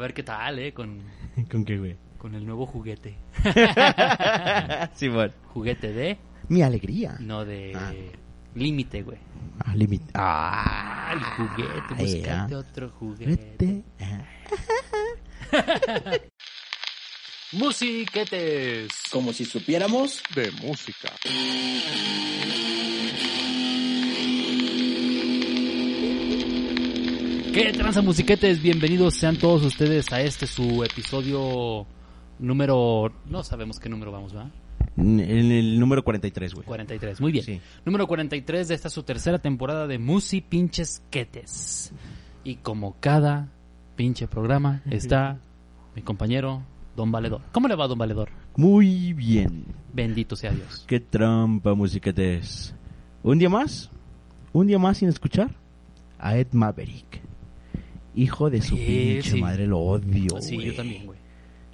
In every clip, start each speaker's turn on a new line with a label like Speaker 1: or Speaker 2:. Speaker 1: ver qué tal, ¿eh? Con,
Speaker 2: ¿Con qué, güey?
Speaker 1: con el nuevo juguete.
Speaker 2: Simón.
Speaker 1: juguete de,
Speaker 2: Mi alegría.
Speaker 1: no de
Speaker 2: Ah.
Speaker 1: límite, güey.
Speaker 2: Ah, limit. Ah,
Speaker 1: Al juguete,
Speaker 2: eh,
Speaker 1: buscate
Speaker 2: ah.
Speaker 1: otro juguete.
Speaker 2: Vete. Ah.
Speaker 1: Musiquetes.
Speaker 3: Como si supiéramos.
Speaker 4: de música.
Speaker 1: ¿Qué tranza musiquetes? Bienvenidos sean todos ustedes a este su episodio número... No sabemos qué número vamos, ¿verdad?
Speaker 2: En el número 43, güey.
Speaker 1: 43, muy bien.
Speaker 2: Pues, Sí.
Speaker 1: Número 43 de esta su tercera temporada de Musi Pinches Quetes. Y como cada pinche programa está mi compañero Don Valedor. ¿Cómo le va Don Valedor?
Speaker 2: Muy bien.
Speaker 1: Bendito sea Dios.
Speaker 2: Qué trampa, musiquetes. Un día más. Un día más sin escuchar a Ed Maverick. Hijo de su
Speaker 1: Sí,
Speaker 2: pinche
Speaker 1: sí.
Speaker 2: madre, lo odio.
Speaker 1: sí, yo
Speaker 2: güey.
Speaker 1: también, güey.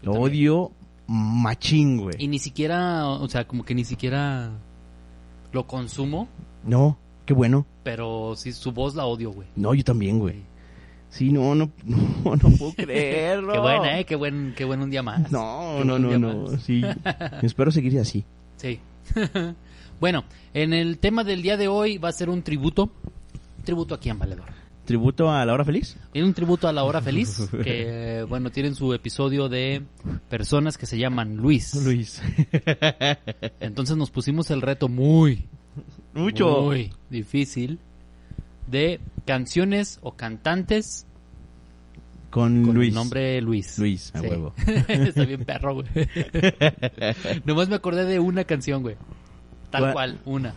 Speaker 1: Yo
Speaker 2: Lo
Speaker 1: también.
Speaker 2: odio machín, güey.
Speaker 1: Y ni siquiera, o sea, como que ni siquiera lo consumo,
Speaker 2: No, qué bueno.
Speaker 1: pero sí su voz la odio, güey.
Speaker 2: No, yo también, güey. Sí, no, no, no, no puedo creerlo.
Speaker 1: Qué buena, eh, qué buen, qué buen un día más.
Speaker 2: No,
Speaker 1: Qué
Speaker 2: no,
Speaker 1: buen
Speaker 2: no,
Speaker 1: día
Speaker 2: no.
Speaker 1: más.
Speaker 2: Sí. Espero seguir así.
Speaker 1: Sí. bueno, en el tema del día de hoy va a ser un tributo. Tributo a quién, Valedor.
Speaker 2: ¿Tributo a la hora feliz?
Speaker 1: En un tributo a la hora feliz, que bueno, tienen su episodio de personas que se llaman Luis.
Speaker 2: Luis.
Speaker 1: Entonces nos pusimos el reto muy,
Speaker 2: Mucho.
Speaker 1: muy difícil de canciones o cantantes
Speaker 2: Con,
Speaker 1: con
Speaker 2: Luis.
Speaker 1: el nombre Luis.
Speaker 2: Luis, a
Speaker 1: Sí.
Speaker 2: huevo.
Speaker 1: Está bien perro, güey. Nomás me acordé de una canción, güey. Tal
Speaker 2: ¿Cuál?
Speaker 1: cual, una.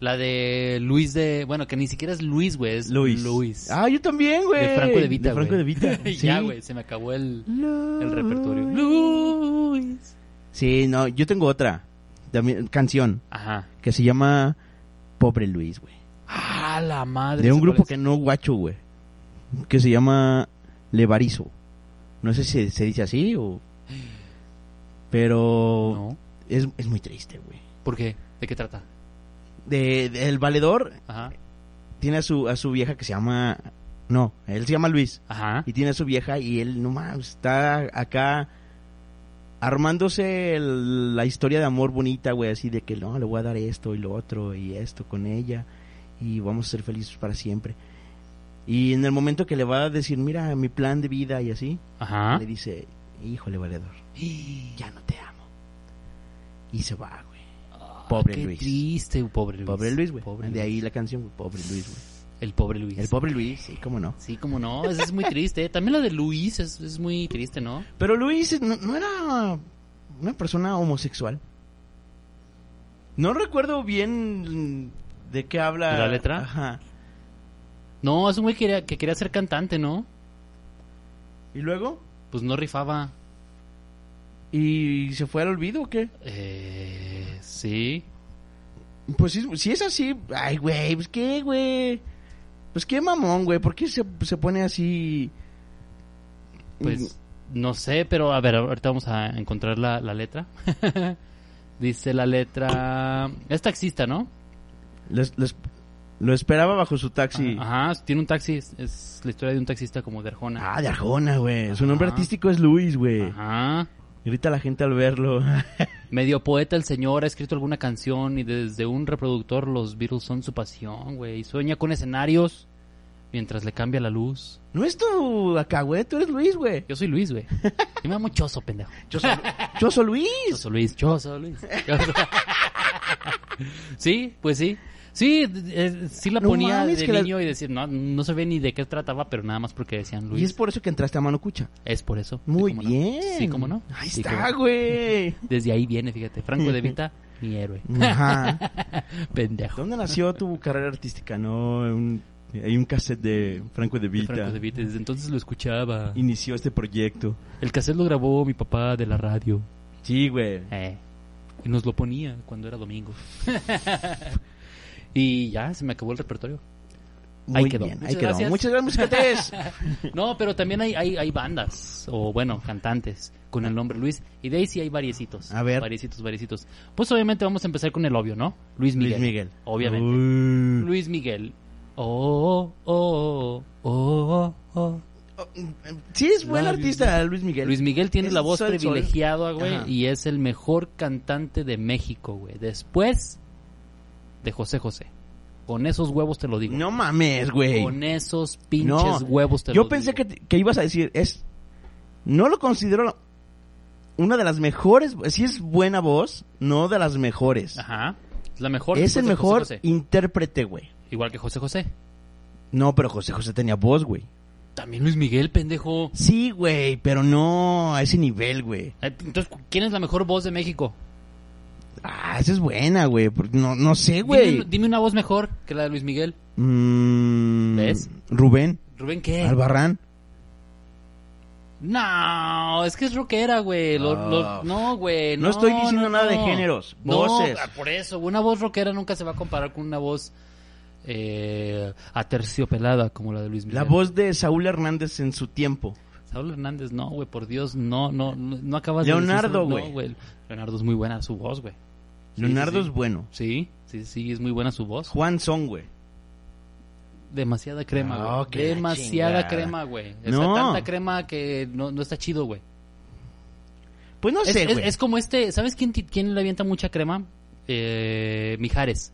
Speaker 1: La de Luis de... Bueno, que ni siquiera es Luis, güey, es
Speaker 2: Luis.
Speaker 1: Luis.
Speaker 2: Ah, yo también, güey.
Speaker 1: de Franco de Vita,
Speaker 2: De Franco de
Speaker 1: güey.
Speaker 2: Vita. Sí.
Speaker 1: ya, güey, se me acabó el, el repertorio.
Speaker 2: Luis.
Speaker 1: Luis.
Speaker 2: Sí, no, yo tengo otra. También, canción.
Speaker 1: Ajá.
Speaker 2: Que se llama Pobre Luis, güey.
Speaker 1: Ah, la madre.
Speaker 2: De un
Speaker 1: ¿se
Speaker 2: grupo que
Speaker 1: parece?
Speaker 2: no guacho, güey. Que se llama Levarizo. No sé si se dice así o... Pero
Speaker 1: No.
Speaker 2: es, es muy triste, güey.
Speaker 1: ¿Por qué? ¿De qué trata?
Speaker 2: De, de- el valedor
Speaker 1: Ajá.
Speaker 2: tiene a su, a su vieja que se llama... No, él se llama Luis.
Speaker 1: Ajá.
Speaker 2: Y tiene a su vieja y él, no mames, está acá armándose el- la historia de amor bonita, güey. Así de que, no, le voy a dar esto y lo otro y esto con ella. Y vamos a ser felices para siempre. Y en el momento que le va a decir, mira, mi plan de vida y así,
Speaker 1: Ajá.
Speaker 2: le dice, híjole, valedor, ya no te amo. Y se va, güey.
Speaker 1: Ah,
Speaker 2: Pobre
Speaker 1: qué
Speaker 2: Luis.
Speaker 1: triste, pobre Luis.
Speaker 2: Pobre Luis, güey.
Speaker 1: Pobre
Speaker 2: De ahí
Speaker 1: Luis.
Speaker 2: la canción, güey, pobre Luis, güey.
Speaker 1: El pobre Luis.
Speaker 2: El pobre Luis, sí, cómo no.
Speaker 1: Sí, como no, esa es muy triste. También la de Luis es, es muy triste, ¿no?
Speaker 2: Pero Luis no, no era una persona homosexual. No recuerdo bien de qué habla.
Speaker 1: ¿De la letra?
Speaker 2: Ajá.
Speaker 1: No, es un güey que quería, que quería ser cantante, ¿no?
Speaker 2: ¿Y luego?
Speaker 1: Pues no rifaba.
Speaker 2: ¿Y se fue al olvido o qué?
Speaker 1: Eh, sí.
Speaker 2: Pues si, si es así, ay, güey, pues qué, güey. Pues qué mamón, güey. ¿Por qué se, se pone así?
Speaker 1: Pues no sé, pero a ver, ahorita vamos a encontrar la, la letra. Dice la letra... Es taxista, ¿no?
Speaker 2: Les- les- lo esperaba bajo su taxi.
Speaker 1: Ajá, tiene un taxi, es, es la historia de un taxista como de Arjona.
Speaker 2: Ah, de Arjona, güey. Su nombre
Speaker 1: Ajá.
Speaker 2: artístico es Luis, güey.
Speaker 1: Ajá.
Speaker 2: Grita la gente al verlo.
Speaker 1: Medio poeta el señor, ha escrito alguna canción y desde un reproductor los Beatles son su pasión, güey. Sueña con escenarios mientras le cambia la luz.
Speaker 2: no es tu acá, güey. Tú eres Luis, güey.
Speaker 1: Yo soy Luis, güey. Yo me llamo Choso, pendejo.
Speaker 2: Yo soy, yo soy Luis.
Speaker 1: Yo soy Luis, yo soy Luis. Yo soy- sí, pues sí. Sí, eh, sí la
Speaker 2: No
Speaker 1: ponía
Speaker 2: mames,
Speaker 1: de
Speaker 2: que la-
Speaker 1: niño y decir, no, no sabía ni de qué trataba, pero nada más porque decían Luis.
Speaker 2: Y es por eso que entraste a Mano Cucha.
Speaker 1: Es por eso. Sí,
Speaker 2: Muy
Speaker 1: cómo no.
Speaker 2: bien.
Speaker 1: Sí, cómo no.
Speaker 2: Ahí
Speaker 1: Sí, cómo
Speaker 2: está,
Speaker 1: no.
Speaker 2: güey.
Speaker 1: Desde ahí viene, fíjate. Franco de Vita, mi héroe.
Speaker 2: Ajá.
Speaker 1: Pendejo.
Speaker 2: ¿Dónde nació tu carrera artística? No, un- hay un cassette de Franco de Vita.
Speaker 1: Franco de Vita, desde entonces lo escuchaba.
Speaker 2: Inició este proyecto.
Speaker 1: El cassette lo grabó mi papá de la radio.
Speaker 2: Sí, güey.
Speaker 1: Eh, y nos lo ponía cuando era domingo. y ya, se me acabó el repertorio.
Speaker 2: Muy
Speaker 1: Ahí quedó.
Speaker 2: bien, ahí
Speaker 1: Muchas
Speaker 2: quedó.
Speaker 1: gracias.
Speaker 2: Muchas gracias, musicates.
Speaker 1: No, pero también hay, hay, hay bandas, o bueno, cantantes, con el nombre Luis. Y de ahí sí hay variecitos.
Speaker 2: A ver.
Speaker 1: Variecitos, variecitos. Pues obviamente vamos a empezar con el obvio, ¿no? Luis Miguel.
Speaker 2: Luis Miguel.
Speaker 1: Obviamente.
Speaker 2: Uh,
Speaker 1: Luis Miguel. Oh, oh, oh, oh, oh, oh,
Speaker 2: Oh, Sí, es buen
Speaker 1: No,
Speaker 2: artista, Luis Miguel.
Speaker 1: Luis Miguel tiene
Speaker 2: Es
Speaker 1: la voz
Speaker 2: Sol, Sol.
Speaker 1: privilegiada,
Speaker 2: Ajá.
Speaker 1: güey, y es el mejor cantante de México, güey. Después de José José. Con esos huevos te lo digo.
Speaker 2: No mames, güey.
Speaker 1: Con esos
Speaker 2: No,
Speaker 1: pinches huevos te
Speaker 2: Yo
Speaker 1: lo
Speaker 2: pensé
Speaker 1: digo.
Speaker 2: que, te- que ibas a decir, es. No lo considero una de las mejores. Si es buena voz, no de las mejores.
Speaker 1: Ajá. Es la mejor.
Speaker 2: es
Speaker 1: después
Speaker 2: el
Speaker 1: de Ah, José
Speaker 2: mejor
Speaker 1: José.
Speaker 2: intérprete, güey.
Speaker 1: Igual que José José.
Speaker 2: No, pero José José tenía voz, güey.
Speaker 1: También Luis Miguel, pendejo.
Speaker 2: Sí, güey, pero no a ese nivel, güey.
Speaker 1: Eh, Entonces, ¿quién es la mejor voz de México?
Speaker 2: Ah, esa es buena, güey. porque No, no sé,
Speaker 1: Dime,
Speaker 2: güey.
Speaker 1: dime una voz mejor que la de Luis Miguel.
Speaker 2: Mm,
Speaker 1: ¿Ves? Eh.
Speaker 2: Rubén
Speaker 1: Rubén, ¿qué?
Speaker 2: Albarrán.
Speaker 1: No, es que es rockera, güey. Lo- lo- no, güey.
Speaker 2: No estoy diciendo nada de géneros,
Speaker 1: No,
Speaker 2: voces.
Speaker 1: ah, por eso. Una voz rockera nunca se va a comparar con una voz eh, aterciopelada como la de Luis Miguel.
Speaker 2: La voz de Saúl Hernández en su tiempo.
Speaker 1: Saúl Hernández, no, güey, por Dios, no, no, no, no acabas de
Speaker 2: Leonardo,
Speaker 1: decir- no,
Speaker 2: güey.
Speaker 1: Leonardo es muy buena su voz, güey. Sí,
Speaker 2: Leonardo
Speaker 1: sí,
Speaker 2: es bueno.
Speaker 1: sí. Sí, sí, sí, es muy buena su voz.
Speaker 2: Juan Son, güey.
Speaker 1: Demasiada crema, güey.
Speaker 2: Ah, ok, la
Speaker 1: Demasiada
Speaker 2: chingada.
Speaker 1: crema, güey. O sea,
Speaker 2: No.
Speaker 1: tanta crema que no, no está chido, güey.
Speaker 2: Pues no
Speaker 1: es,
Speaker 2: sé,
Speaker 1: es-
Speaker 2: güey.
Speaker 1: es como este, ¿sabes quién, ti- quién le avienta mucha crema? Eh, Mijares.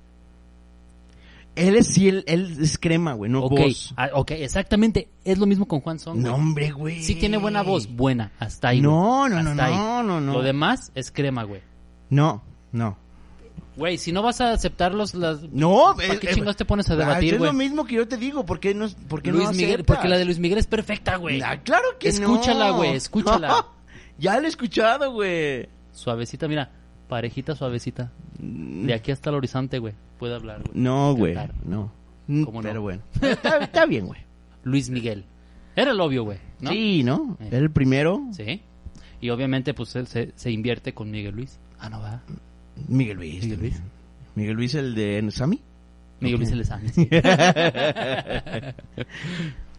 Speaker 2: Él es sí, él, él es crema, güey, no
Speaker 1: ok,
Speaker 2: voz.
Speaker 1: ah, ok, exactamente. Es lo mismo con Juan Son.
Speaker 2: No,
Speaker 1: güey.
Speaker 2: hombre, güey.
Speaker 1: Sí tiene buena voz, buena, hasta ahí.
Speaker 2: No,
Speaker 1: güey.
Speaker 2: no, no,
Speaker 1: Hasta ahí.
Speaker 2: no, no, no.
Speaker 1: Lo demás es crema, güey.
Speaker 2: No, no.
Speaker 1: Güey, si no vas a aceptar los, las...
Speaker 2: No,
Speaker 1: ¿Para qué
Speaker 2: eh, eh,
Speaker 1: chingados te pones a
Speaker 2: ah,
Speaker 1: debatir,
Speaker 2: Es
Speaker 1: güey?
Speaker 2: lo mismo que yo te digo, ¿por qué no, por qué
Speaker 1: Luis
Speaker 2: no
Speaker 1: Miguel,
Speaker 2: aceptas?
Speaker 1: porque la de Luis Miguel es perfecta, güey.
Speaker 2: Ah, claro que
Speaker 1: Escúchala,
Speaker 2: no.
Speaker 1: güey, escúchala.
Speaker 2: ya la he escuchado, güey.
Speaker 1: Suavecita, mira, parejita suavecita.
Speaker 2: Mm.
Speaker 1: De aquí hasta el horizonte, güey. Puede hablar, güey.
Speaker 2: No, güey,
Speaker 1: Cantar.
Speaker 2: no.
Speaker 1: Mm, ¿Cómo no?
Speaker 2: Pero bueno, está, está bien, güey.
Speaker 1: Luis Miguel. Era el obvio, güey. ¿no?
Speaker 2: Sí, ¿no?
Speaker 1: Eh.
Speaker 2: Era el primero,
Speaker 1: Sí. Y obviamente, pues él se, se invierte con Miguel Luis. Ah, no, va.
Speaker 2: Miguel Luis.
Speaker 1: Miguel Luis.
Speaker 2: también. Miguel Luis, el de Sammy.
Speaker 1: Miguel Luis Elezán. sí.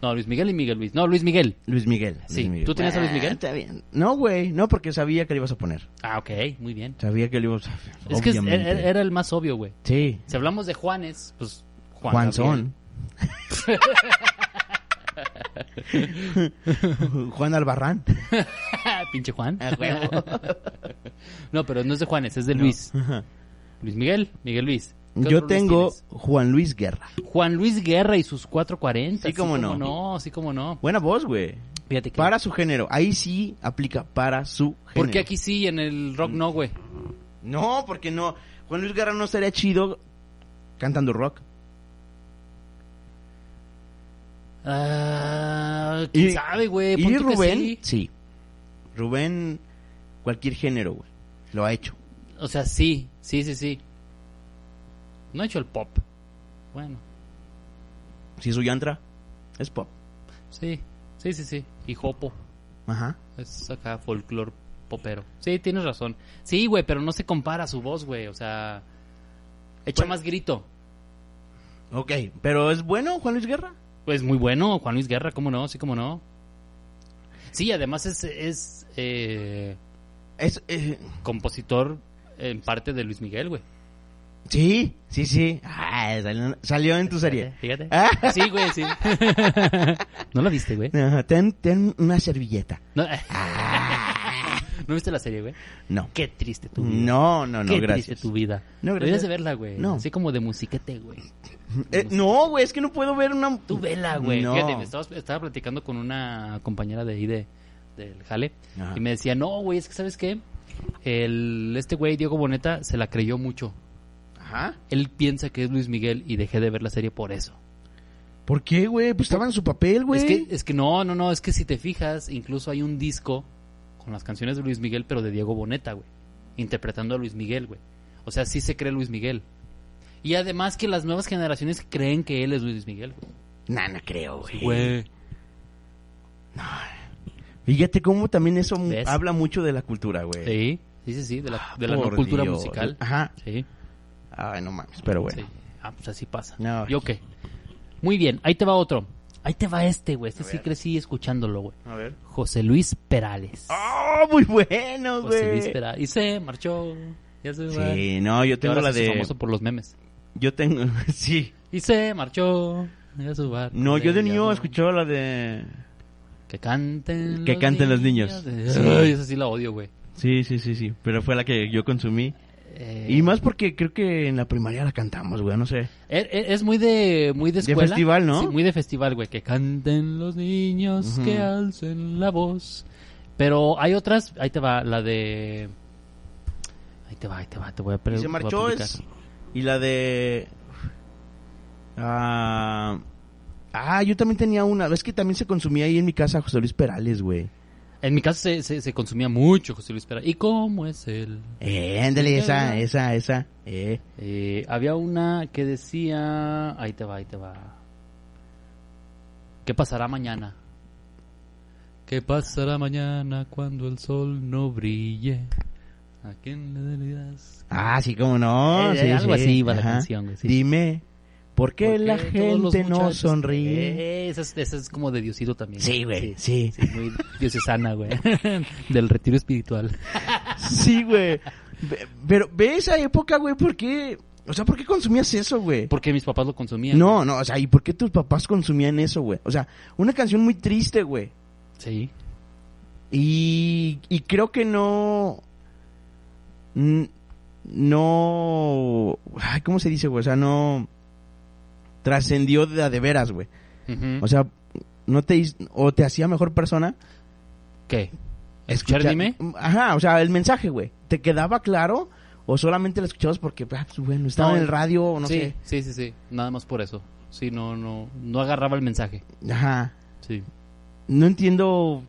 Speaker 1: no, Luis Miguel y Miguel Luis. No, Luis Miguel.
Speaker 2: Luis Miguel.
Speaker 1: Sí, ¿tú tenías a Luis Miguel?
Speaker 2: Ah, Está bien. No, güey, no, porque sabía que le ibas a poner.
Speaker 1: Ah, ok, muy bien.
Speaker 2: Sabía que le ibas a
Speaker 1: Es que es- er-
Speaker 2: Obviamente.
Speaker 1: era, era el más obvio, güey.
Speaker 2: Sí,
Speaker 1: Si hablamos de Juanes, pues Juan
Speaker 2: Juanzón. Juan Albarrán.
Speaker 1: Gabriel. Ah, Pinche Juan.
Speaker 2: A Ah, huevo.
Speaker 1: no, pero no es de Juanes, es de Luis. Luis Miguel, Miguel Luis. ¿Qué
Speaker 2: Yo
Speaker 1: otro Luis
Speaker 2: tengo
Speaker 1: tienes?
Speaker 2: Juan Luis Guerra.
Speaker 1: Juan Luis Guerra y sus 440.
Speaker 2: Sí, cómo no.
Speaker 1: no, sí, cómo no.
Speaker 2: Buena voz, güey.
Speaker 1: Fíjate que.
Speaker 2: Para su género. Ahí sí aplica para su género.
Speaker 1: Porque aquí sí, en el rock no, güey.
Speaker 2: No, porque no. Juan Luis Guerra no estaría chido cantando rock.
Speaker 1: Ah, ¿Quién
Speaker 2: Y-
Speaker 1: sabe, güey? Pon
Speaker 2: Y
Speaker 1: tú que
Speaker 2: Rubén,
Speaker 1: sí.
Speaker 2: sí. Rubén, cualquier género, güey. Lo ha hecho.
Speaker 1: O sea, sí, sí, sí, sí. No ha hecho el pop. Bueno,
Speaker 2: Si su yantra es pop.
Speaker 1: sí, sí, sí, sí. Y Jopo.
Speaker 2: Ajá.
Speaker 1: Es acá folclore popero. Sí, tienes razón. Sí, güey, pero no se compara su voz, güey. O sea, echa
Speaker 2: Bueno.
Speaker 1: más grito.
Speaker 2: Ok, pero ¿es bueno Juan Luis Guerra?
Speaker 1: Pues muy bueno, Juan Luis Guerra, cómo no, sí, cómo no. Sí, además es, es eh,
Speaker 2: Es, eh,
Speaker 1: compositor en parte de Luis Miguel, güey.
Speaker 2: sí, sí, sí. Ah, salió, salió en tu serie.
Speaker 1: Fíjate.
Speaker 2: Ah.
Speaker 1: Sí, güey, sí. ¿No la viste, güey?
Speaker 2: Ajá, ten, ten una servilleta.
Speaker 1: No,
Speaker 2: Ah.
Speaker 1: ¿No viste la serie, güey?
Speaker 2: No.
Speaker 1: Qué triste tu vida.
Speaker 2: No, no, no,
Speaker 1: Qué triste
Speaker 2: gracias.
Speaker 1: tu vida.
Speaker 2: No,
Speaker 1: No,
Speaker 2: gracias.
Speaker 1: Deberías de verla, güey.
Speaker 2: No.
Speaker 1: Así como de musiquete, güey.
Speaker 2: Eh, no, güey, es que no puedo ver una...
Speaker 1: Tú vela, güey.
Speaker 2: No.
Speaker 1: Fíjate, me estaba, estaba platicando con una compañera de ahí de, del Jale.
Speaker 2: Ajá.
Speaker 1: Y me decía, no, güey, es que ¿sabes qué? El, este güey, Diego Boneta, se la creyó mucho.
Speaker 2: Ajá.
Speaker 1: Él piensa que es Luis Miguel y dejé de ver la serie por eso.
Speaker 2: ¿Por qué, güey? Pues estaba en su papel, güey.
Speaker 1: Es que, es que no, no, no, es que si te fijas, incluso hay un disco con las canciones de Luis Miguel, pero de Diego Boneta, güey. Interpretando a Luis Miguel, güey. O sea, sí se cree Luis Miguel. Y además que las nuevas generaciones creen que él es Luis Miguel, güey.
Speaker 2: Nah, no creo, güey. Fíjate cómo también eso mu-
Speaker 1: ¿Ves?
Speaker 2: habla mucho de la cultura, güey.
Speaker 1: Sí, sí, sí, sí, de la, de la
Speaker 2: Ah, Por
Speaker 1: no cultura
Speaker 2: Dios.
Speaker 1: musical.
Speaker 2: Ajá.
Speaker 1: Sí,
Speaker 2: Ay, no mames, pero bueno.
Speaker 1: sí. Ah, pues así pasa.
Speaker 2: No.
Speaker 1: ¿Yo qué? Muy bien, ahí te va otro. Ahí te va este, güey. Este sí crecí escuchándolo, güey.
Speaker 2: A ver.
Speaker 1: José Luis Perales.
Speaker 2: ¡Oh, muy bueno,
Speaker 1: José Luis
Speaker 2: güey!
Speaker 1: Perales. Y se marchó. Ya se va.
Speaker 2: Sí, no, yo
Speaker 1: Que
Speaker 2: tengo
Speaker 1: ahora
Speaker 2: la
Speaker 1: se hizo
Speaker 2: de...
Speaker 1: famoso por los memes.
Speaker 2: Yo tengo... Sí.
Speaker 1: Y se marchó a su bar.
Speaker 2: No, yo de
Speaker 1: Le
Speaker 2: niño
Speaker 1: llamó.
Speaker 2: escuchaba la de...
Speaker 1: Que canten.
Speaker 2: Que canten los niños.
Speaker 1: Ay, esa sí la odio, güey.
Speaker 2: Sí, sí, sí, sí. Pero fue la que yo consumí.
Speaker 1: Eh,
Speaker 2: Y más porque creo que en la primaria la cantamos, güey, no sé.
Speaker 1: Er- er- Es muy de muy de
Speaker 2: De
Speaker 1: escuela.
Speaker 2: festival, ¿no?
Speaker 1: Sí, muy de festival, güey. Que canten los niños,
Speaker 2: Ujú.
Speaker 1: que alcen la voz. Pero hay otras, ahí te va, la de... Ahí te va, ahí te va, te voy a pre-
Speaker 2: Y
Speaker 1: te
Speaker 2: se
Speaker 1: voy a
Speaker 2: marchó
Speaker 1: publicar.
Speaker 2: es... Y la de... Ah... Ah, yo también tenía una. Es que también se consumía ahí en mi casa José Luis Perales, güey.
Speaker 1: En mi caso se, se, se consumía mucho José Luis Pera. ¿Y cómo es él?
Speaker 2: Eh, ándale, esa, esa, esa. Eh.
Speaker 1: Eh, había una que decía... Ahí te va, ahí te va. ¿Qué pasará mañana? ¿Qué pasará mañana cuando el sol no brille? ¿A quién le dirás?
Speaker 2: Ah, sí, cómo no.
Speaker 1: Eh,
Speaker 2: sí,
Speaker 1: algo
Speaker 2: sí,
Speaker 1: así iba la
Speaker 2: ajá.
Speaker 1: canción, güey, sí.
Speaker 2: Dime, ¿por qué la
Speaker 1: Porque todos los
Speaker 2: gente no
Speaker 1: muchachos-
Speaker 2: sonríe?
Speaker 1: Eh, esa, es, esa es como de Diosito también.
Speaker 2: Sí, güey, sí.
Speaker 1: Sí, muy diocesana, güey. Del retiro espiritual.
Speaker 2: Sí, güey. Ve- Pero ve esa época, güey, ¿por qué? O sea, ¿por qué consumías eso, güey?
Speaker 1: Porque mis papás lo consumían.
Speaker 2: No,
Speaker 1: güey.
Speaker 2: no, o sea, ¿y por qué tus papás consumían eso, güey? O sea, una canción muy triste, güey.
Speaker 1: Sí.
Speaker 2: Y, y creo que no... n- No... Ay, ¿Cómo se dice, güey? O sea, no... Trascendió de, a de veras, güey.
Speaker 1: Ujú.
Speaker 2: O sea, no te... hiz- O te hacía mejor persona.
Speaker 1: ¿Qué? ¿Escuchar dime?
Speaker 2: mm, Ajá, o sea, el mensaje, güey. ¿Te quedaba claro? ¿O solamente lo escuchabas porque, ah, pues, bueno, estaba
Speaker 1: No.
Speaker 2: en el radio o no
Speaker 1: sí,
Speaker 2: sé?
Speaker 1: sí, sí, sí. Nada más por eso. Sí, no, no, no agarraba el mensaje.
Speaker 2: Ajá.
Speaker 1: Sí.
Speaker 2: No entiendo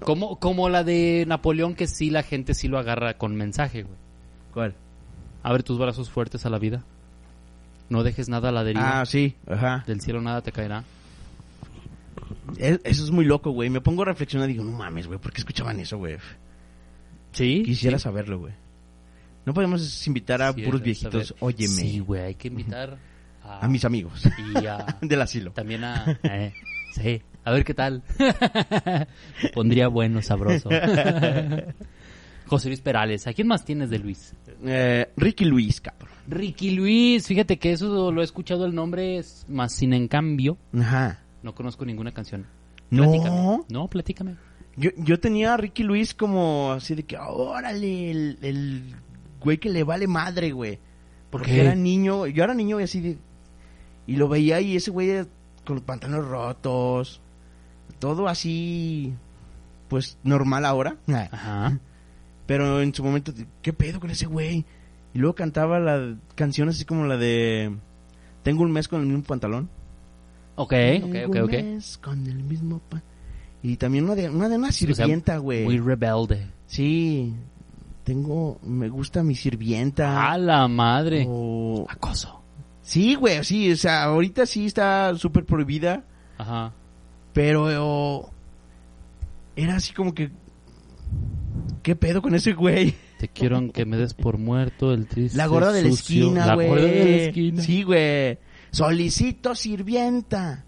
Speaker 1: Como, como la de Napoleón, que sí la gente sí lo agarra con mensaje, güey.
Speaker 2: cuál.
Speaker 1: Abre tus brazos fuertes a la vida. No dejes nada a la deriva.
Speaker 2: Ah, sí, ajá.
Speaker 1: Del cielo nada te caerá.
Speaker 2: Es- eso es muy loco, güey. Me pongo a reflexionar y digo, no mames, güey, ¿por qué escuchaban eso, güey?
Speaker 1: Sí.
Speaker 2: Quisiera saberlo, güey. No podemos invitar a
Speaker 1: Sí,
Speaker 2: puros
Speaker 1: a
Speaker 2: viejitos,
Speaker 1: saber.
Speaker 2: óyeme,
Speaker 1: Sí, güey, hay que invitar a,
Speaker 2: a mis amigos
Speaker 1: y a-
Speaker 2: del asilo.
Speaker 1: también a eh, sí, a ver qué tal. Pondría bueno, sabroso. José Luis Perales, ¿a quién más tienes de Luis?
Speaker 2: Eh, Ricky Luis, cabrón.
Speaker 1: Ricky Luis, fíjate que eso lo he escuchado el nombre, es- más sin en cambio
Speaker 2: Ajá.
Speaker 1: no conozco ninguna canción.
Speaker 2: No.
Speaker 1: Platícame. No, platícame.
Speaker 2: Yo, yo tenía a Ricky Luis como así de que, órale, el, el güey que le vale madre, güey. Porque
Speaker 1: qué?
Speaker 2: era niño, yo era niño y así de... Y lo veía y ese güey con los pantalones rotos, todo así, pues normal ahora.
Speaker 1: Ajá.
Speaker 2: Pero en su momento, ¿qué pedo con ese güey? Y luego cantaba la canción así como la de... Tengo un mes con el mismo pantalón.
Speaker 1: Ok, ok,
Speaker 2: Tengo
Speaker 1: ok,
Speaker 2: un
Speaker 1: ok.
Speaker 2: mes con el mismo pa- Y también una de una, de una
Speaker 1: O sea,
Speaker 2: sirvienta, güey.
Speaker 1: Muy rebelde.
Speaker 2: Sí, tengo, me gusta mi sirvienta.
Speaker 1: A la madre.
Speaker 2: Oh. O-
Speaker 1: Acoso.
Speaker 2: Sí, güey, sí, o sea, ahorita sí está súper prohibida,
Speaker 1: Ajá.
Speaker 2: pero o, era así como que, ¿qué pedo con ese güey?
Speaker 1: Te quiero aunque me des por muerto el triste.
Speaker 2: La gorda de la
Speaker 1: sucio-
Speaker 2: esquina,
Speaker 1: La
Speaker 2: güey.
Speaker 1: gorda de la esquina.
Speaker 2: Sí, güey. Solicito sirvienta,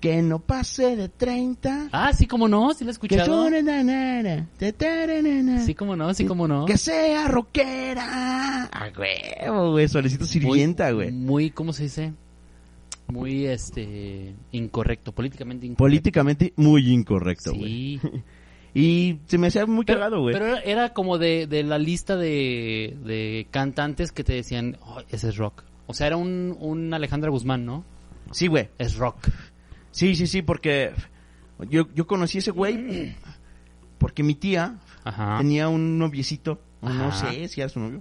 Speaker 2: que no pase de 30.
Speaker 1: Ah, sí, como no, sí la he
Speaker 2: que
Speaker 1: escuchado.
Speaker 2: llore, na, na, na, te, te, re, na, na.
Speaker 1: Sí, como no, sí, como no.
Speaker 2: Que sea rockera. A huevo, güey. Solicito
Speaker 1: Muy-
Speaker 2: sirvienta, güey.
Speaker 1: Muy, ¿cómo se dice? Muy, este, incorrecto, políticamente incorrecto.
Speaker 2: Políticamente muy incorrecto, güey.
Speaker 1: Sí.
Speaker 2: Y se me hacía muy cagado, güey.
Speaker 1: Pero era, era como de, de la lista de, de cantantes que te decían, "Oh, ese es rock. O sea, era un, un Alejandra Guzmán, ¿no?
Speaker 2: Sí, güey.
Speaker 1: Es rock.
Speaker 2: Sí, sí, sí, porque yo, yo conocí a ese güey porque mi tía
Speaker 1: Ajá.
Speaker 2: tenía un noviecito. o No
Speaker 1: Ah. Ajá.
Speaker 2: sé si era su novio.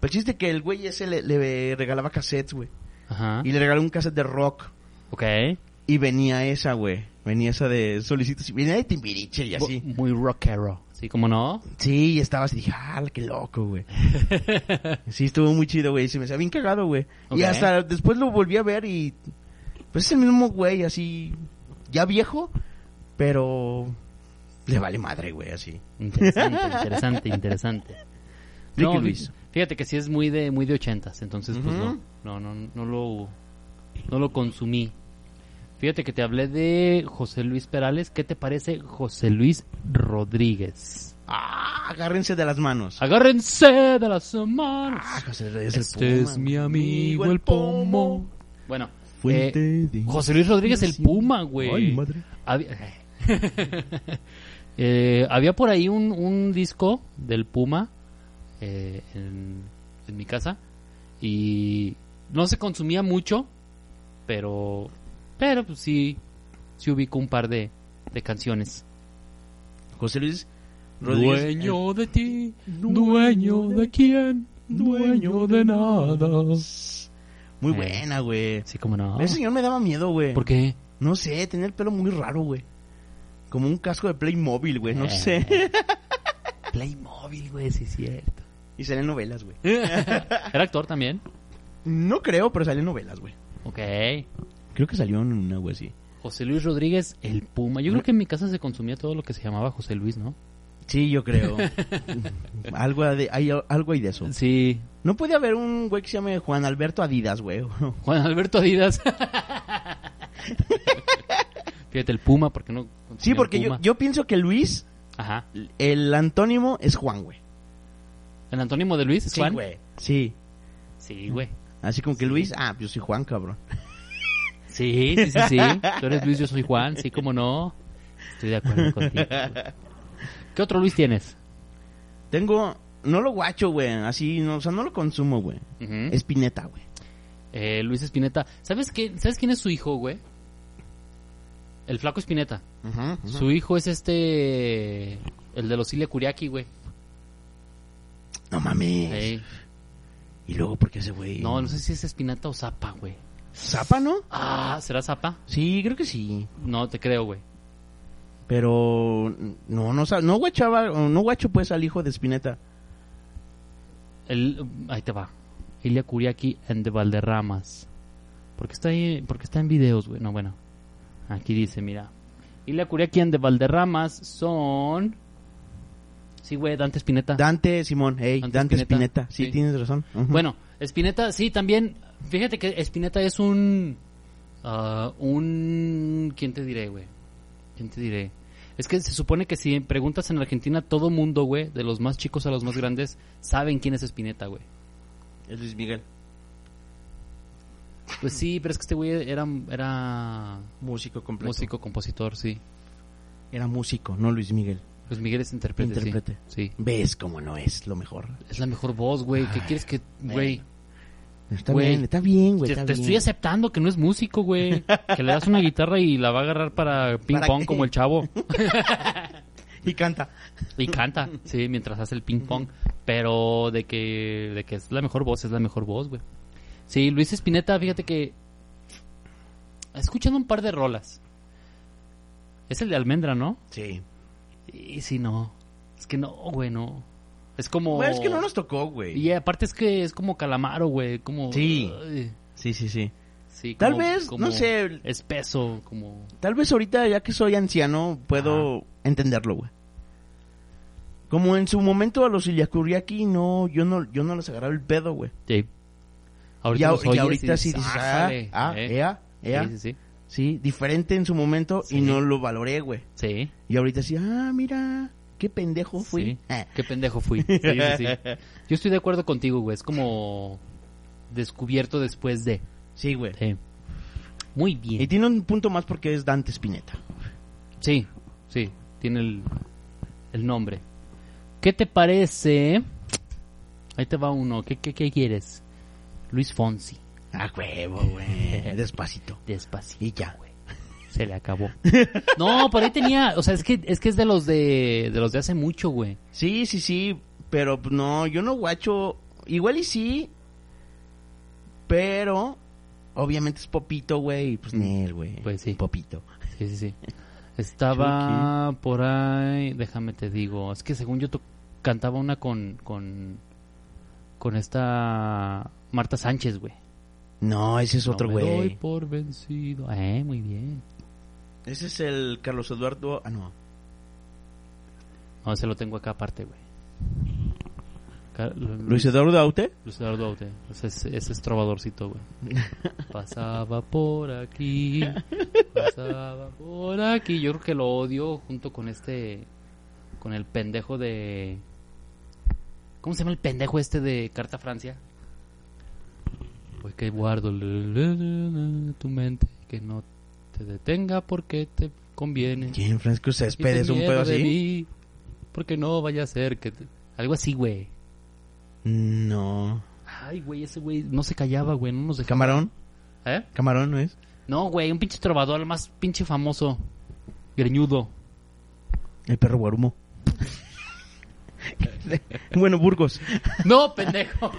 Speaker 2: Pero el chiste es que el güey ese le, le regalaba cassettes, güey.
Speaker 1: Ajá.
Speaker 2: Y le regaló un cassette de rock.
Speaker 1: Ok.
Speaker 2: Y venía esa, güey. Venía esa de solicitos. Venía de Timbiriche y así.
Speaker 1: Muy rockero. Sí, como no.
Speaker 2: Sí, y estaba así, dije, ah, qué loco, güey. sí, estuvo muy chido, güey. Se me hacía bien cagado, güey.
Speaker 1: Ok.
Speaker 2: Y hasta después lo volví a ver y. Pues es el mismo güey, así. Ya viejo, pero. Le vale madre, güey, así.
Speaker 1: Interesante, interesante, interesante.
Speaker 2: Ricky
Speaker 1: No,
Speaker 2: Luis.
Speaker 1: Fíjate que sí es muy de muy de ochentas, entonces pues
Speaker 2: Ujú.
Speaker 1: no, no, no, no lo, no lo consumí. Fíjate que te hablé de José Luis Perales. ¿Qué te parece José Luis Rodríguez?
Speaker 2: Ah, agárrense de las manos.
Speaker 1: Agárrense de las manos.
Speaker 2: Ah, José Reyes, el
Speaker 1: Este
Speaker 2: Puma,
Speaker 1: es mi
Speaker 2: güey.
Speaker 1: amigo el pomo. Bueno, eh,
Speaker 2: de
Speaker 1: José Luis Rodríguez el
Speaker 2: inspiración.
Speaker 1: Puma, güey.
Speaker 2: Ay, madre.
Speaker 1: Había- Eh, había por ahí un, un disco del Puma eh, en, en mi casa y no se consumía mucho, pero, pero pues sí, sí ubico un par de, de canciones.
Speaker 2: José Luis
Speaker 1: Dueño de ti, eh, dueño de quién, dueño de nada.
Speaker 2: Muy
Speaker 1: Eh.
Speaker 2: buena, güey.
Speaker 1: Sí, como no.
Speaker 2: Ese señor me daba miedo, güey.
Speaker 1: ¿Por qué?
Speaker 2: No sé, tenía el pelo muy raro, güey. Como un casco de Playmobil, güey, no
Speaker 1: Eh.
Speaker 2: sé.
Speaker 1: Playmobil, güey, sí es cierto.
Speaker 2: Y salen novelas, güey.
Speaker 1: Era actor también.
Speaker 2: No creo, pero salen novelas, güey.
Speaker 1: Ok.
Speaker 2: Creo que salió en una, güey, sí.
Speaker 1: José Luis Rodríguez, el Puma. Yo creo que en mi casa se consumía todo lo que se llamaba José Luis, ¿no?
Speaker 2: Sí, yo creo. algo, de, hay, algo hay de eso.
Speaker 1: Sí.
Speaker 2: No puede haber un güey que se llame Juan Alberto Adidas, güey.
Speaker 1: Juan Alberto Adidas. Fíjate, el Puma, porque no?
Speaker 2: sí,
Speaker 1: consumían
Speaker 2: porque yo,
Speaker 1: Puma?
Speaker 2: yo pienso que Luis,
Speaker 1: Ajá.
Speaker 2: el antónimo es Juan, güey.
Speaker 1: ¿El antónimo de Luis es Juan?
Speaker 2: Sí, güey. Sí.
Speaker 1: Sí, güey.
Speaker 2: Así como que Luis, ah, yo soy Juan, cabrón.
Speaker 1: Sí, sí, sí, sí. Tú eres Luis, yo soy Juan, sí, como no. Estoy de acuerdo contigo. ¿Qué otro Luis tienes?
Speaker 2: Tengo, no lo guacho, güey. Así, no, o sea, no lo consumo, güey.
Speaker 1: Ujú.
Speaker 2: Espineta, güey.
Speaker 1: Eh, Luis Espineta. ¿Sabes, qué, ¿Sabes quién es su hijo, güey? El flaco Espineta.
Speaker 2: Ajá.
Speaker 1: Su hijo es este. El de los Ilia Curiaki, güey.
Speaker 2: No mames.
Speaker 1: Ey.
Speaker 2: Y luego, ¿por qué ese güey?
Speaker 1: No, no sé si es Espineta o Zapa, güey.
Speaker 2: ¿Zapa, no?
Speaker 1: Ah, ¿será Zapa?
Speaker 2: Sí, creo que sí.
Speaker 1: No, te creo, güey.
Speaker 2: Pero, no, no, sa- no guachaba, no guacho pues al hijo de Espineta.
Speaker 1: El, ahí te va. Ilia Curiaki and the Valderramas. ¿Por qué está ahí? ¿Por qué está en videos, güey? No, bueno. Aquí dice, mira. Ilia Curiaki and the Valderramas son... Sí, güey, Dante Spinetta.
Speaker 2: Dante, Simón, hey,
Speaker 1: Dante
Speaker 2: Dante
Speaker 1: Spinetta.
Speaker 2: Spinetta. Sí,
Speaker 1: Sí.
Speaker 2: tienes razón. Ujú.
Speaker 1: Bueno, Spinetta, sí, también. Fíjate que Spinetta es un. ah, un. ¿Quién te diré, güey? ¿Quién te diré? Es que se supone que si preguntas en Argentina, todo mundo, güey, de los más chicos a los más grandes, saben quién es Spinetta, güey.
Speaker 2: Es Luis Miguel.
Speaker 1: Pues sí, pero es que este güey era, era
Speaker 2: Músico completo.
Speaker 1: músico, compositor, sí.
Speaker 2: Era músico, no Luis Miguel.
Speaker 1: Luis Miguel es intérprete, sí.
Speaker 2: Intérprete.
Speaker 1: Sí.
Speaker 2: ¿Ves cómo no es lo mejor?
Speaker 1: Es la mejor voz, güey. ¿Qué
Speaker 2: Ay,
Speaker 1: quieres que, güey?
Speaker 2: Está
Speaker 1: Güey.
Speaker 2: bien, está bien, güey.
Speaker 1: Te,
Speaker 2: está
Speaker 1: te estoy
Speaker 2: bien.
Speaker 1: aceptando que no es músico, güey. Que le das una guitarra y la va a agarrar para ping
Speaker 2: ¿Para
Speaker 1: pong
Speaker 2: qué?
Speaker 1: como el chavo.
Speaker 2: Y canta.
Speaker 1: Y canta, sí, mientras hace el ping pong. Pero de que, de que es la mejor voz, es la mejor voz, güey. Sí, Luis Espineta, fíjate que... He escuchado un par de rolas. Es el de Almendra, ¿no?
Speaker 2: Sí.
Speaker 1: Y sí, no. Es que no, güey, no. Es como...
Speaker 2: Bueno, es que no nos tocó, güey.
Speaker 1: Y aparte es que es como calamaro, güey. Como...
Speaker 2: Sí.
Speaker 1: Ay,
Speaker 2: Sí, sí, sí.
Speaker 1: sí,
Speaker 2: Tal
Speaker 1: como-
Speaker 2: vez,
Speaker 1: como
Speaker 2: no sé.
Speaker 1: Espeso, como...
Speaker 2: Tal vez ahorita, ya que soy anciano, puedo entenderlo, güey. Como en su momento a los Iliacuriaki, no, yo no, yo no les agarraba el pedo, güey.
Speaker 1: Sí.
Speaker 2: Y, a-
Speaker 1: los
Speaker 2: y
Speaker 1: oyes
Speaker 2: ahorita sí dices, ah,
Speaker 1: "Ájale,
Speaker 2: ah,
Speaker 1: eh".
Speaker 2: ea, ea.
Speaker 1: Sí, sí, sí.
Speaker 2: Sí, diferente en su momento
Speaker 1: Sí.
Speaker 2: y no lo valoré, güey.
Speaker 1: Sí.
Speaker 2: Y ahorita sí, ah, mira, qué pendejo fui.
Speaker 1: Sí.
Speaker 2: Eh,
Speaker 1: Qué pendejo fui. Sí, sí, sí. Yo estoy de acuerdo contigo, güey. Es como descubierto después de.
Speaker 2: Sí, güey.
Speaker 1: Sí. Muy
Speaker 2: Y
Speaker 1: bien.
Speaker 2: tiene un punto más porque es Dante Spinetta.
Speaker 1: Sí, sí. Tiene el, el nombre. ¿Qué te parece? Ahí te va uno. ¿Qué, qué, qué quieres? Luis Fonsi.
Speaker 2: Ah, huevo, güey. Despacito.
Speaker 1: Despacito.
Speaker 2: Y ya.
Speaker 1: Se le acabó. No, por ahí tenía. O sea, es que es, que es de los de, de los de hace mucho, güey.
Speaker 2: Sí, sí, sí. Pero pues, no, yo no guacho. Igual y sí. Pero. Obviamente es Popito, güey. y, Pues Nel, güey.
Speaker 1: Pues sí.
Speaker 2: Popito.
Speaker 1: Sí, sí, sí. Estaba por ahí, déjame te digo, es que según yo to- cantaba una con, con con esta Marta Sánchez, güey.
Speaker 2: No, ese es
Speaker 1: No
Speaker 2: otro
Speaker 1: me doy
Speaker 2: güey.
Speaker 1: por vencido. Eh, muy bien.
Speaker 2: Ese es el Carlos Eduardo. Ah, no.
Speaker 1: No, se lo tengo acá aparte, güey. Car- Lu-
Speaker 2: Luis Eduardo Aute.
Speaker 1: Luis Eduardo Aute. Ese es, ese es trovadorcito, güey. Pasaba por aquí. Pasaba por aquí. Yo creo que lo odio junto con este. Con el pendejo de. ¿Cómo se llama el pendejo este de Carta a Francia? Pues que guardo tu mente. Que no te detenga porque te conviene.
Speaker 2: ¿Quién, Francisco Céspedes?
Speaker 1: Y ten
Speaker 2: ¿Un pedo
Speaker 1: miedo de
Speaker 2: así?
Speaker 1: mí, porque no vaya a ser que... te- Algo así, güey.
Speaker 2: No.
Speaker 1: Ay, güey, ese güey no se callaba, güey, no nos dejaba.
Speaker 2: ¿Camarón?
Speaker 1: ¿Eh?
Speaker 2: ¿Camarón no es?
Speaker 1: No, güey, un pinche trovador, el más pinche famoso. Greñudo.
Speaker 2: El perro guarumo. bueno, Burgos.
Speaker 1: No, pendejo.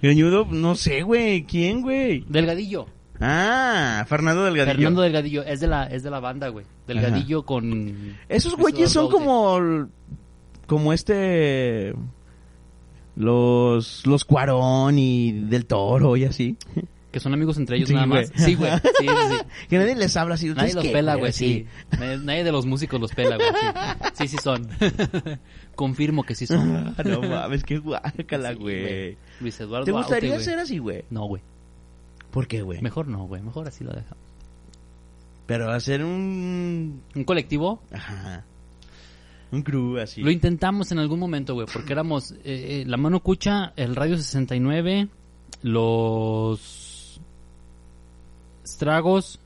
Speaker 2: Greñudo, no sé, güey. ¿Quién, güey?
Speaker 1: Delgadillo.
Speaker 2: Ah, Fernando Delgadillo.
Speaker 1: Fernando Delgadillo. Es de la, es de la banda, güey. Delgadillo con...
Speaker 2: Esos
Speaker 1: Eso
Speaker 2: güeyes son
Speaker 1: Route.
Speaker 2: como. l- Como este. Los. Los Cuarón y Del Toro y así.
Speaker 1: Que son amigos entre ellos
Speaker 2: Sí,
Speaker 1: nada
Speaker 2: güey.
Speaker 1: más. Sí, güey. Sí, sí, sí.
Speaker 2: Que nadie les habla así.
Speaker 1: Nadie
Speaker 2: ¿ustedes
Speaker 1: los
Speaker 2: qué,
Speaker 1: pela, güey, sí. Nadie, nadie de los músicos los pela, güey. Sí, sí, sí son. Confirmo que sí son.
Speaker 2: Ah, no mames, qué guácala,
Speaker 1: Sí,
Speaker 2: güey.
Speaker 1: Luis Eduardo
Speaker 2: ¿Te gustaría
Speaker 1: Aute, güey.
Speaker 2: ser así, güey?
Speaker 1: No, güey.
Speaker 2: ¿Por qué, güey?
Speaker 1: Mejor no, güey. Mejor así lo dejamos.
Speaker 2: Pero hacer un.
Speaker 1: Un colectivo
Speaker 2: Ajá. Un crew así.
Speaker 1: Lo intentamos en algún momento, güey, porque éramos eh, eh, La Mano Cucha, el Radio 69, los Estragos,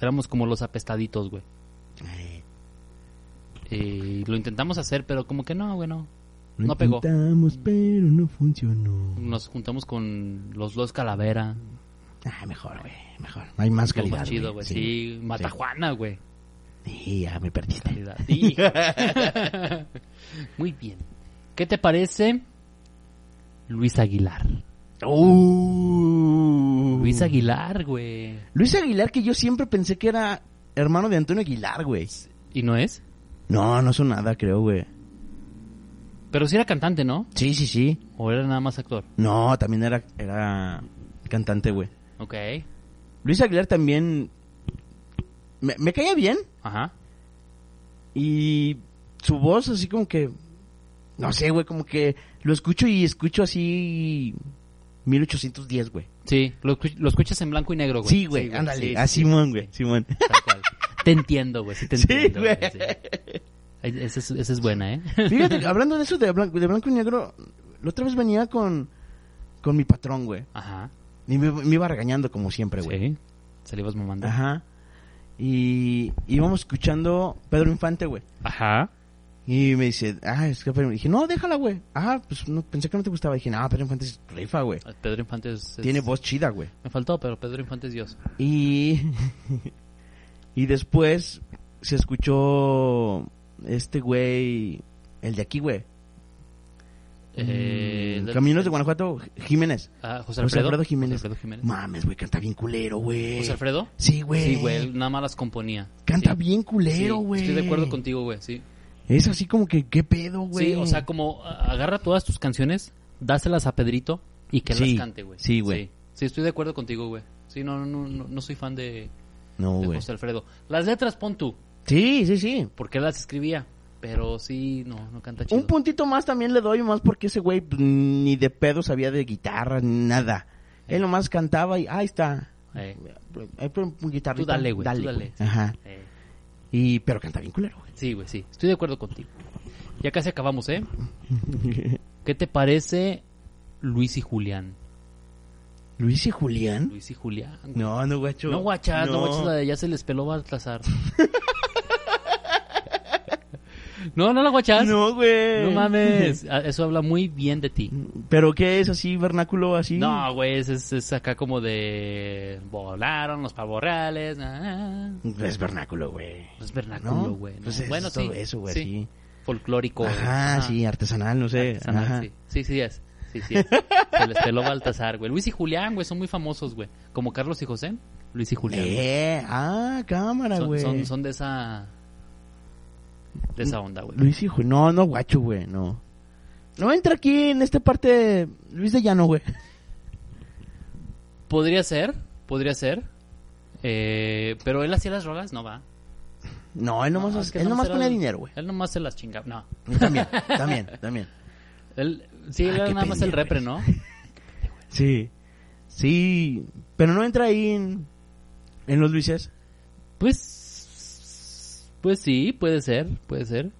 Speaker 1: éramos como los apestaditos, güey.
Speaker 2: Eh,
Speaker 1: Eh, lo intentamos hacer, pero como que no, güey, no.
Speaker 2: lo
Speaker 1: No pegó.
Speaker 2: intentamos, pero no funcionó.
Speaker 1: Nos juntamos con los Los Calavera,
Speaker 2: Ah, mejor, güey. Mejor. Hay más
Speaker 1: los
Speaker 2: calidad.
Speaker 1: chido, güey, sí. Matajuana, güey.
Speaker 2: Sí, ya me perdiste.
Speaker 1: Calidad. Hijo. Muy bien. ¿Qué te parece Luis Aguilar?
Speaker 2: Uh.
Speaker 1: Luis Aguilar, güey.
Speaker 2: Luis Aguilar, que yo siempre pensé que era hermano de Antonio Aguilar, güey.
Speaker 1: ¿Y no es?
Speaker 2: No, no son nada, creo, güey.
Speaker 1: Pero sí era cantante, ¿no?
Speaker 2: Sí, sí, sí.
Speaker 1: ¿O era nada más actor?
Speaker 2: No, también era, era cantante, güey.
Speaker 1: Ok.
Speaker 2: Luis Aguilar también me, me caía bien
Speaker 1: Ajá.
Speaker 2: y su voz así como que, no sé, güey, como que lo escucho y escucho así 1810, güey.
Speaker 1: Sí, lo, escu- lo escuchas en blanco y negro, güey.
Speaker 2: Sí, güey, ándale,
Speaker 1: sí, sí,
Speaker 2: a
Speaker 1: sí,
Speaker 2: Simón, güey, Simón.
Speaker 1: tal cual. Te entiendo, güey, sí te
Speaker 2: Sí,
Speaker 1: entiendo.
Speaker 2: güey.
Speaker 1: güey, sí. Ay, Esa es, esa es buena, ¿eh?
Speaker 2: Fíjate, hablando de eso de blanco, de blanco y negro, la otra vez venía con, con mi patrón, güey.
Speaker 1: Ajá.
Speaker 2: Y me, me iba regañando como siempre, güey.
Speaker 1: Sí. Salibas mamando. Ajá.
Speaker 2: Ajá. Y íbamos escuchando Pedro Infante, güey. Y me dice, ah, es que Pedro... Dije, no, déjala, güey. Ah, pues no, pensé que no te gustaba. Dije, no, Pedro Infante es rifa, güey.
Speaker 1: Pedro Infante es, es-
Speaker 2: Tiene Mm, voz chida, güey.
Speaker 1: Me faltó, pero Pedro Infante es Dios.
Speaker 2: Y... y después se escuchó este güey, el de aquí, güey.
Speaker 1: Eh,
Speaker 2: Mm,
Speaker 1: el-
Speaker 2: Caminos de Guanajuato, Jiménez.
Speaker 1: Ah, José
Speaker 2: José
Speaker 1: Alfredo.
Speaker 2: Alfredo Jiménez.
Speaker 1: José Alfredo Jiménez.
Speaker 2: Mames, güey, canta bien culero, güey.
Speaker 1: ¿José Alfredo?
Speaker 2: Sí, güey.
Speaker 1: Sí, güey, él nada más las componía.
Speaker 2: Canta
Speaker 1: Sí.
Speaker 2: bien culero,
Speaker 1: Sí,
Speaker 2: güey.
Speaker 1: Estoy de acuerdo contigo, güey, sí.
Speaker 2: Es así como que, ¿qué pedo, güey?
Speaker 1: Sí, o sea, como a- agarra todas tus canciones, dáselas a Pedrito y que
Speaker 2: Sí,
Speaker 1: las cante, güey.
Speaker 2: sí, güey.
Speaker 1: Sí. Sí, estoy de acuerdo contigo, güey. Sí, no, no, no, no, no soy fan de,
Speaker 2: No,
Speaker 1: de
Speaker 2: güey.
Speaker 1: José Alfredo. Las letras pon tú,
Speaker 2: Sí, sí, sí.
Speaker 1: porque él las escribía, pero sí, no, no canta chido.
Speaker 2: Un puntito más también le doy, más porque ese güey pues, ni de pedo sabía de guitarra, ni nada. Él nomás cantaba y ahí está.
Speaker 1: Eh,
Speaker 2: Ahí pon un guitarrita.
Speaker 1: Tú dale, güey, tú dale.
Speaker 2: güey. Ajá.
Speaker 1: eh.
Speaker 2: Y, pero canta bien culero, güey.
Speaker 1: Sí, güey, sí, estoy de acuerdo contigo. Ya casi acabamos, ¿eh? ¿Qué te parece Luis y Julián?
Speaker 2: Luis y Julián.
Speaker 1: Luis y Julián. güey.
Speaker 2: No, no, guacho.
Speaker 1: No guachas, no, guachas la de ya se les peló Baltasar. no, no la guachas.
Speaker 2: No, güey.
Speaker 1: No mames. Ah, Eso habla muy bien de ti.
Speaker 2: ¿Pero qué es así, vernáculo así?
Speaker 1: No, güey, es, es- es acá como de. Volaron los pavorreales. ah,
Speaker 2: No Es vernáculo, güey.
Speaker 1: no es vernáculo,
Speaker 2: ¿No?
Speaker 1: güey. no.
Speaker 2: Pues es
Speaker 1: bueno, sí.
Speaker 2: todo eso, güey,
Speaker 1: sí.
Speaker 2: así.
Speaker 1: Folclórico.
Speaker 2: Ajá,
Speaker 1: ah,
Speaker 2: sí, artesanal, no sé.
Speaker 1: artesanal,
Speaker 2: Ajá.
Speaker 1: sí. sí, sí es. Sí, sí es. Se les peló Baltasar, güey. Luis y Julián, güey, son muy famosos, güey. Como Carlos y José, Luis y Julián. güey.
Speaker 2: Eh, ah, cámara,
Speaker 1: son,
Speaker 2: güey.
Speaker 1: son, son de esa. De esa onda, güey.
Speaker 2: Luis hijo, no, no guacho, güey, no. No entra aquí en esta parte Luis de Llano, güey.
Speaker 1: Podría ser, podría ser. Eh, pero él hacía las rolas, no va.
Speaker 2: No, él nomás,
Speaker 1: No, es que
Speaker 2: él nomás
Speaker 1: era
Speaker 2: ponía
Speaker 1: el-
Speaker 2: dinero, güey.
Speaker 1: Él nomás se las chingaba. No.
Speaker 2: También, también, también.
Speaker 1: Él, sí,
Speaker 2: Ah,
Speaker 1: él era
Speaker 2: qué
Speaker 1: nada más el
Speaker 2: pendejo
Speaker 1: repre,
Speaker 2: eres.
Speaker 1: ¿no?
Speaker 2: Sí, sí, pero no entra ahí en, en los Luises.
Speaker 1: Pues. Pues sí, puede ser, puede ser.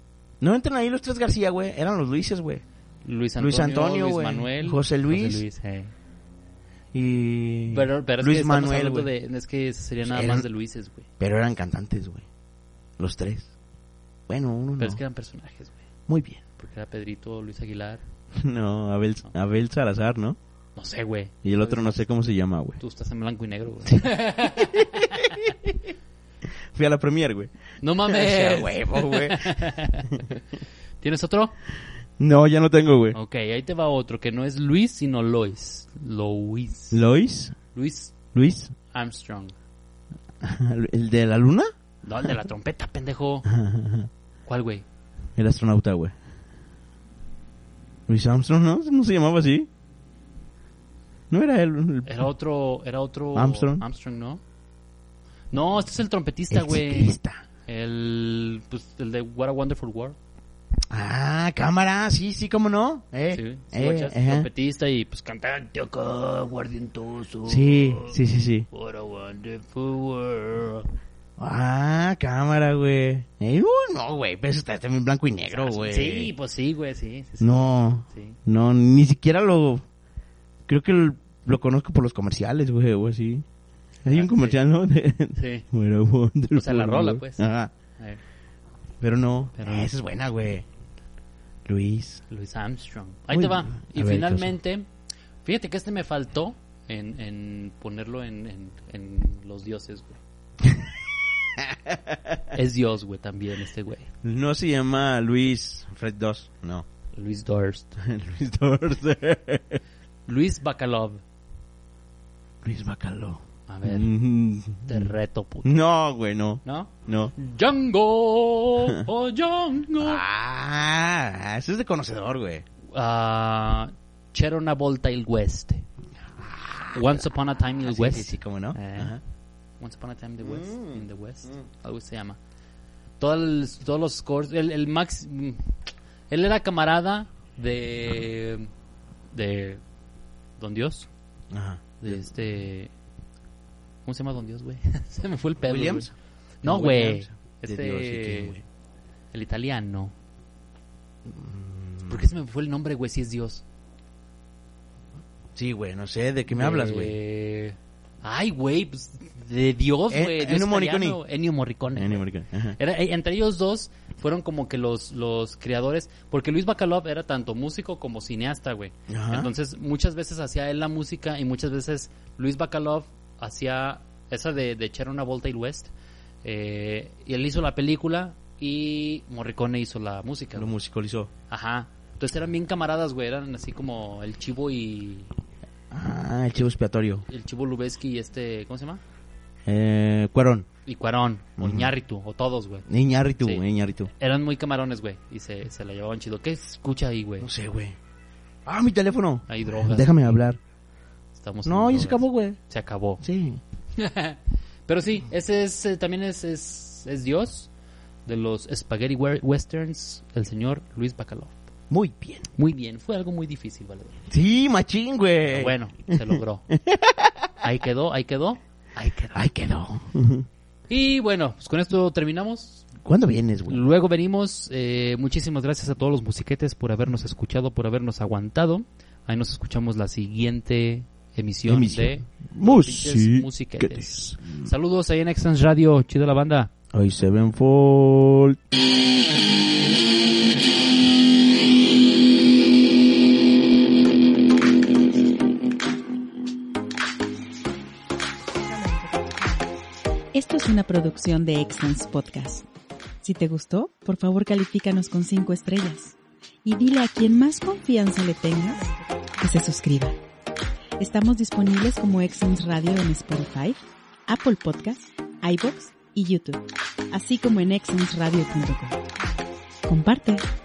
Speaker 2: No entran ahí los tres García, güey. Eran los Luises, güey.
Speaker 1: Luis Antonio,
Speaker 2: Luis
Speaker 1: Luis,
Speaker 2: Antonio, güey.
Speaker 1: Manuel,
Speaker 2: José Luis.
Speaker 1: eh.
Speaker 2: Y
Speaker 1: Pero, pero es
Speaker 2: Luis
Speaker 1: que estamos
Speaker 2: Manuel,
Speaker 1: hablando
Speaker 2: güey. Pues
Speaker 1: de- es que sería nada
Speaker 2: Eran-
Speaker 1: más de Luises, güey.
Speaker 2: Pero eran cantantes, güey. Los tres. Bueno, uno
Speaker 1: Pero es
Speaker 2: no.
Speaker 1: que eran personajes, güey.
Speaker 2: Muy bien.
Speaker 1: Porque era Pedrito, Luis Aguilar.
Speaker 2: No, Abel, Abel Salazar, ¿no?
Speaker 1: No sé, güey.
Speaker 2: Y el otro no sé cómo se llama, güey.
Speaker 1: Tú estás en blanco y negro, güey.
Speaker 2: Fui a la premier, güey.
Speaker 1: No
Speaker 2: Ah,
Speaker 1: mames.
Speaker 2: huevo, güey.
Speaker 1: ¿Tienes otro?
Speaker 2: No, ya no tengo, güey.
Speaker 1: Ok, ahí te va otro, que no es Luis, sino Lois. Lois.
Speaker 2: ¿Lois?
Speaker 1: Luis
Speaker 2: ¿Luis?
Speaker 1: Armstrong.
Speaker 2: ¿El de la luna?
Speaker 1: No, el de la trompeta, pendejo. ¿Cuál, güey?
Speaker 2: El astronauta, güey. Luis Armstrong, ¿no? ¿No se llamaba así? ¿No era él? el-
Speaker 1: Era otro, era otro...
Speaker 2: Armstrong.
Speaker 1: Armstrong, ¿no? No, este es el trompetista,
Speaker 2: el
Speaker 1: güey.
Speaker 2: ciclista.
Speaker 1: El, pues, el de What a Wonderful World.
Speaker 2: Ah, cámara, sí, sí, cómo no. Eh,
Speaker 1: Sí, sí,
Speaker 2: eh,
Speaker 1: guachas,
Speaker 2: ajá.
Speaker 1: trompetista y pues cantante acá, guardientoso.
Speaker 2: sí, sí, sí, sí.
Speaker 1: What a Wonderful World.
Speaker 2: Ah, cámara, güey. Eh, uh, no, güey, pero eso está, está en blanco y negro, güey.
Speaker 1: Sí, pues sí, güey, sí. sí, sí.
Speaker 2: No,
Speaker 1: Sí.
Speaker 2: no, ni siquiera lo... Creo que lo, lo conozco por los comerciales, güey, o así. Hay
Speaker 1: Ah, sí.
Speaker 2: un comercial, ¿no? De-
Speaker 1: Sí.
Speaker 2: Bueno, Wonderful,
Speaker 1: O sea, la rola,
Speaker 2: güey.
Speaker 1: pues.
Speaker 2: Ajá.
Speaker 1: A ver,
Speaker 2: Pero no.
Speaker 1: Pero
Speaker 2: Eh,
Speaker 1: no.
Speaker 2: esa es buena, güey. Luis.
Speaker 1: Luis Armstrong. Ahí
Speaker 2: Muy
Speaker 1: te va.
Speaker 2: bien.
Speaker 1: Y
Speaker 2: A ver,
Speaker 1: finalmente, fíjate que este me faltó en, en ponerlo en, en, en los dioses, güey. es Dios, güey, también este güey.
Speaker 2: No se llama Luis Fred 2. No.
Speaker 1: Luis Durst.
Speaker 2: Luis Dorce.
Speaker 1: Luis Bacalov.
Speaker 2: Luis Bacaló.
Speaker 1: A ver,
Speaker 2: Mm.
Speaker 1: te reto, puto.
Speaker 2: No, güey, no.
Speaker 1: ¿No?
Speaker 2: No.
Speaker 1: Django, oh Django.
Speaker 2: Ah, eso es de conocedor, güey.
Speaker 1: Ah, C'era una volta il West. Once upon a time in the
Speaker 2: Ah, Sí,
Speaker 1: West.
Speaker 2: sí, sí, cómo no.
Speaker 1: Eh.
Speaker 2: Ajá.
Speaker 1: Once upon a time in the West.
Speaker 2: Mm.
Speaker 1: In the West.
Speaker 2: Mm.
Speaker 1: Algo se llama. Todo el- todos los scores. El, el Max. mm, Él era camarada de. De. Don Dios.
Speaker 2: Ajá.
Speaker 1: De este. ¿Cómo se llama Don Dios, güey? se me fue el pedo. güey.
Speaker 2: Williams.
Speaker 1: No,
Speaker 2: De
Speaker 1: güey.
Speaker 2: Williams. De
Speaker 1: Este.
Speaker 2: Dios, ¿y qué, güey?
Speaker 1: El italiano.
Speaker 2: Mm.
Speaker 1: ¿Por qué se me fue el nombre, güey? Si es Dios.
Speaker 2: Sí, güey, no sé, ¿de qué me hablas, güey?
Speaker 1: De- Eh, Ay, güey, pues, de Dios,
Speaker 2: Eh,
Speaker 1: güey.
Speaker 2: Ennio
Speaker 1: Dios
Speaker 2: Morricone.
Speaker 1: italiano, Ennio Morricone.
Speaker 2: Ennio Morricone, ajá.
Speaker 1: Era- eh, entre ellos dos fueron como que los, los creadores, porque Luis Bacalov era tanto músico como cineasta, güey.
Speaker 2: Ajá.
Speaker 1: Entonces muchas veces hacía él la música y muchas veces Luis Bacalov hacía esa de, de echar una vuelta y west. eh, y él hizo la película y Morricone hizo la música.
Speaker 2: Lo
Speaker 1: güey.
Speaker 2: musicalizó.
Speaker 1: Ajá. Entonces eran bien camaradas, güey. Eran así como el chivo y
Speaker 2: Ah, el chivo expiatorio.
Speaker 1: el chivo Lubeski y este, ¿cómo se llama?
Speaker 2: Eh, Cuarón.
Speaker 1: y Cuarón, o Iñárritu, o todos, güey.
Speaker 2: Iñarritu,
Speaker 1: Sí.
Speaker 2: Iñarritu.
Speaker 1: Eran muy camarones, güey, y se, se la llevaban chido. ¿Qué escucha ahí, güey?
Speaker 2: No sé, güey. Ah, mi teléfono.
Speaker 1: Hay drogas.
Speaker 2: Déjame hablar.
Speaker 1: Estamos
Speaker 2: No,
Speaker 1: en
Speaker 2: ya
Speaker 1: drogas.
Speaker 2: se acabó, güey.
Speaker 1: Se acabó.
Speaker 2: Sí.
Speaker 1: Pero sí, ese es, eh, también es, es, es Dios de los Spaghetti we- Westerns, el señor Luis Bacalov.
Speaker 2: Muy bien.
Speaker 1: Muy bien, fue algo muy difícil, vale.
Speaker 2: Sí, machín, güey.
Speaker 1: Pero Ah, bueno, se logró. Ahí quedó, ahí quedó.
Speaker 2: Ahí quedó. Ahí quedó.
Speaker 1: Y bueno, pues con esto terminamos.
Speaker 2: ¿Cuándo vienes, güey?
Speaker 1: Luego venimos. eh, muchísimas gracias a todos los musiquetes por habernos escuchado, por habernos aguantado. Ahí nos escuchamos la siguiente emisión, de Pinches Musiquetes. Saludos ahí en Exans Radio. Chido la banda.
Speaker 2: Hoy se ven full.
Speaker 3: Esto es una producción de Excellence Podcast. Si te gustó, por favor califícanos con 5 estrellas y dile a quien más confianza le tengas que se suscriba. Estamos disponibles como Excellence Radio en Spotify, Apple Podcast, iBox y YouTube, así como en excellenceradio.com. Comparte.